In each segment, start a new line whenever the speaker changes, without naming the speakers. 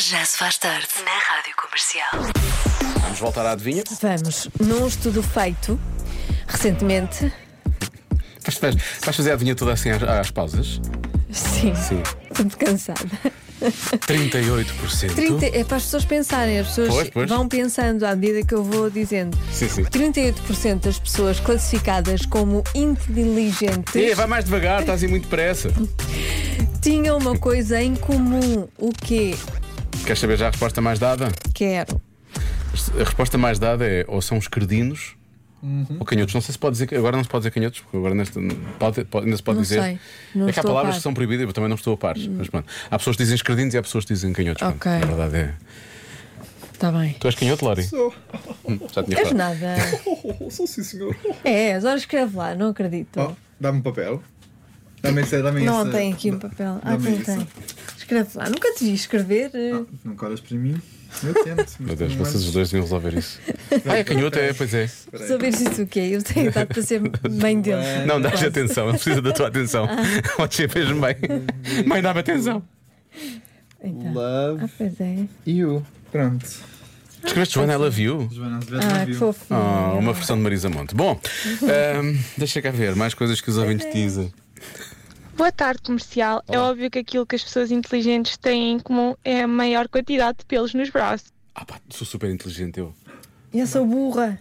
Já se faz tarde na Rádio Comercial.
Vamos voltar à adivinha?
Vamos, num estudo feito recentemente,
Vais, vais- vais fazer a adivinha toda assim às, às pausas?
sim,
Sim.
estou cansada.
38%.
30 é para as pessoas pensarem, as pessoas
Pois, pois.
vão pensando à medida que eu vou dizendo.
Sim, sim.
38% das pessoas classificadas como inteligentes
Ei, vai mais devagar, estás aí muito depressa.
tinham uma coisa em comum. O quê?
Queres saber já a resposta mais dada?
Quero.
A resposta mais dada é ou são os credinos
Uhum.
ou canhotos. Não sei se pode dizer, agora não se pode dizer canhotos, porque agora nesta, pode, pode- ainda se pode
Não
dizer.
sei, não
é que há
estou
palavras
a par. Hum.
que são proibidas, eu também não estou a par. Mas pronto, há pessoas que dizem escredinos e há pessoas que dizem canhotos. pronto.
Ok.
Na verdade é.
Está Tá bem.
Tu és canhoto, Lori? Sou. Hum, Já tinha
És
falado.
nada.
Oh, sou sim, senhor.
É, agora escreve lá, não acredito.
Oh, dá-me um papel. Dá-me esse, dá-me
não
esse-
tem aqui um papel. Ah,
dá-me
não
isso.
tem. Escreve lá, nunca te vi escrever. eh,
Ah, Nunca olhas para mim? Eu tento.
Meu Deus, vocês os dois deviam resolver isso. Ah, é canhoto, é, pois é.
Saberes isso o que é? Eu tenho idade para ser bem dele.
Não, dás atenção, ele precisa da tua atenção.
Ah.
Ontem fez bem. Mãe, dá-me atenção.
Então. Ah,
Love
pois é.
you. Pronto.
Escreveste Joana, ela viu.
Joana Azevedo
Ah,
não
que
viu.
fofinho.
Oh, uma versão de Marisa Monte. Bom, ahm, deixa cá ver mais coisas que os ouvintes dizem.
Boa tarde, comercial. É óbvio que aquilo que as pessoas inteligentes têm em comum é a maior quantidade de pelos nos braços.
Ah, pá, sou super inteligente eu.
E Eu sou burra.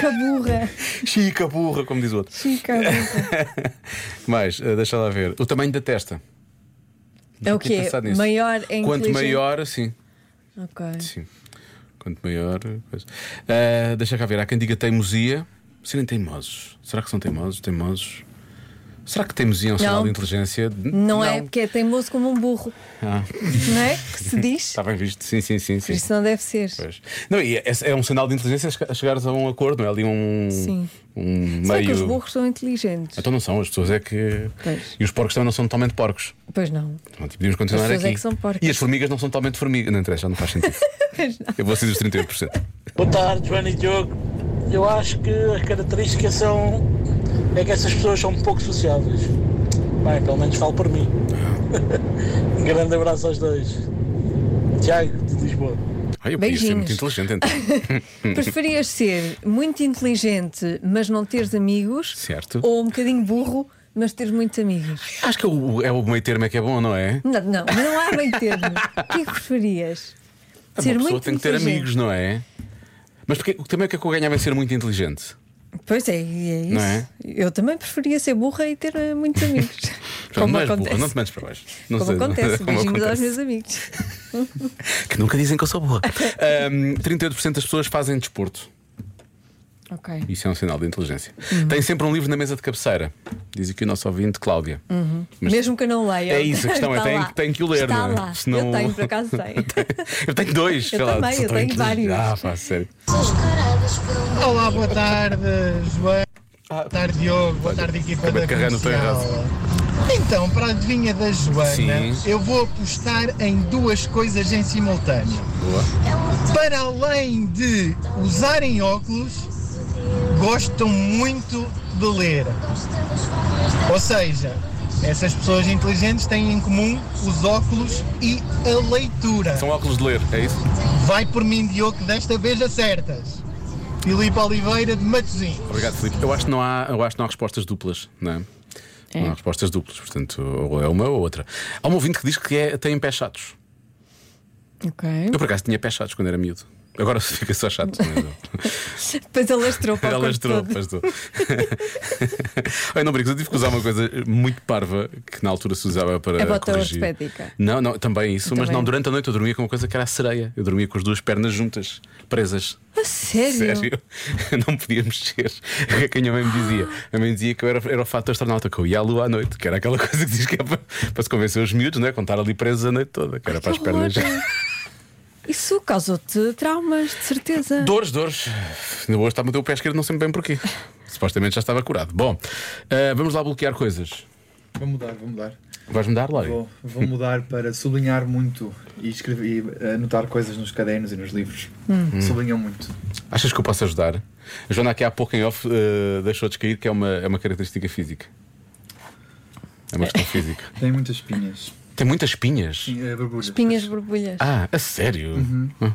Caburra.
Chica burra, como diz o outro.
Chica burra.
Mais, ah, deixa lá ver. O tamanho da testa.
É o
Nunca tinha
quê?
pensado nisso.
Maior é
Quanto
inteligente?
maior, sim.
Ok.
sim. Quanto maior. Coisa. Ah, deixa cá ver. Há quem diga teimosia. Serem teimosos. Será que são teimosos? Teimosos? Será que teimosia é um sinal
Não.
de inteligência?
Não, é porque é teimoso como um burro.
Ah.
Não é? Que se diz.
Está bem visto, sim, sim, sim.
Por
sim.
isso não deve ser.
Tá. Pois. Não, e é, é um sinal de inteligência a chegares a um acordo, não é ali um,
Sim.
um
Será
meio.
que os burros são inteligentes?
Então não são, as pessoas é que.
Pois.
E os porcos também não são totalmente porcos.
Pois não.
Pronto, e podíamos continuar
As pessoas
aqui.
é que são porcas.
E as formigas não são totalmente formigas. Não interessa, já não faz sentido.
Pois não.
Eu vou ser dos 38%.
Boa tarde, Joana e Diogo. Eu acho que a característica são é que essas pessoas são pouco sociáveis. Bem, pelo menos falo por mim. um grande abraço aos dois. Tiago, de Lisboa.
Ai, eu podia ser
Beijinhos.
muito inteligente então.
Preferias ser muito inteligente, mas não teres amigos?
Certo.
Ou um bocadinho burro, mas teres muitos amigos?
Acho que o- é o meio termo é que é bom, não é?
Não, não, mas não há bem termo. O que é que preferias?
Uma pessoa tem que ter
inteligente?
amigos, não é? Mas porque, também o que é que eu ganhava em ser muito inteligente?
Pois é, e é isso.
Não é?
Eu também preferia ser burra e ter eh, muitos amigos.
não és burra, não te metes para baixo. Não
Como
sei, não-
acontece,
como
beijinhos aos
acontece.
meus amigos.
Que nunca dizem que eu sou burra. Ahm, 38% das pessoas fazem desporto.
Ok.
Isso é um sinal de inteligência.
Uhum.
Tem sempre um livro na mesa de cabeceira. Diz aqui o nosso ouvinte, Cláudia.
Uhum.
Mas-
Mesmo que eu não leia.
É isso, a questão é,
Está
tem-
lá.
tem que o ler,
Está
não é?
lá.
Senão-
Eu tenho, por acaso tenho.
eu tenho dois, sei lá,
também,
sou
eu
tão
tenho
inteligente.
vários.
Ah, pá, sério.
Olá, boa tarde, Joana.
Ah,
Boa tarde, Diogo. Boa tarde, equipa
acabei
da
de carregar no teu
Comercial. Então, para a adivinha da Joana,
Sim.
eu vou apostar em duas coisas em simultâneo. Para além de usarem óculos, gostam muito de ler. Ou seja, essas pessoas inteligentes têm em comum os óculos e a leitura.
São óculos de ler, é isso?
Vai por mim, Diogo, que desta vez acertas. Filipe Oliveira de Matosinhos.
Obrigado, Filipe. Eu acho que não há, eu acho que não há respostas duplas, não é? Não há respostas duplas, portanto, ou é uma ou outra. Há um ouvinte que diz que é, tem pés chatos.
ok.
Eu por acaso tinha pés chatos quando era miúdo. Agora fica só chato. é? Mas eu...
Depois alastrou para o
Ela
corpo
estrou,
todo.
pastor. Olha, não brincas, eu tive que usar uma coisa muito parva que na altura se usava para.
A bota
corrigir.
ortopédica.
Não, não, também isso, mas
Também.
não, durante a noite eu dormia com uma coisa que era a sereia. Eu dormia com as duas pernas juntas, presas.
A sério?
Sério? Não podia mexer. É Quem a mãe me dizia? A mãe dizia que eu era, era o fato astronauta, que eu ia à lua à noite, que era aquela coisa que diz que é para, para se convencer os miúdos, não é? Contar ali presos a noite toda, que era para as
Que horror.
pernas.
Isso causou-te traumas, de certeza.
Dores, dores. Ainda hoje está-me o teu pé esquerdo, não sei bem porquê. Supostamente já estava curado. Bom, ah, vamos lá bloquear coisas.
Vou mudar, vou mudar.
Vais mudar, Lória?
Vou, vou mudar para sublinhar muito e, escrever, e anotar coisas nos cadernos e nos livros.
Hum.
Hum.
Sublinham muito.
Achas que eu posso ajudar? A Joana, aqui há pouco em off, eh, deixou descair que é uma, é uma característica física. É uma questão física.
Tem muitas espinhas.
Tem muitas espinhas.
eh, borbulhas.
Espinhas borbulhas.
Ah, a sério? Ah.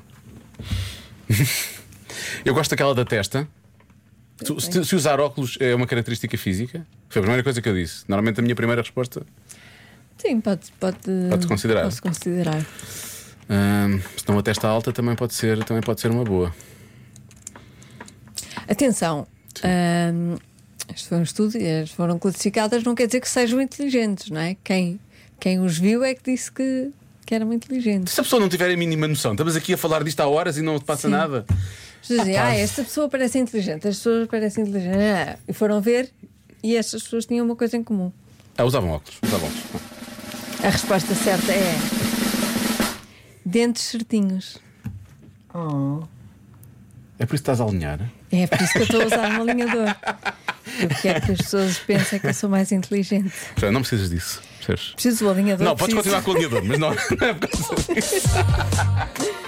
Eu gosto daquela da testa. Tu- Se, se usar óculos é uma característica física? Foi a primeira coisa que eu disse. Normalmente a minha primeira resposta.
Sim, pode, pode,
Pode-se considerar.
Posso considerar.
ahm, se não a testa alta também pode ser, também pode ser uma boa.
Atenção, hum, isto foi um estudo e as foram classificadas, não quer dizer que sejam inteligentes, não é? Quem, quem os viu é que disse que, que eram inteligentes.
Se a pessoa não tiver a mínima noção, estamos aqui a falar disto há horas e não te passa
Sim.
nada.
Dizem, ah, esta pessoa parece inteligente, as pessoas parecem inteligentes. Ah, e foram ver e estas pessoas tinham uma coisa em comum.
Ah, usavam óculos. Usavam óculos.
A resposta certa é. Dentes certinhos.
É por isso que estás a alinhar.
É por isso que eu estou a usar um alinhador. Eu quero que as pessoas pensem que eu sou mais inteligente.
Já não precisas disso. percebes?
Preciso do alinhador.
Não, podes
preciso.
continuar com o alinhador, mas não, não é por causa disso.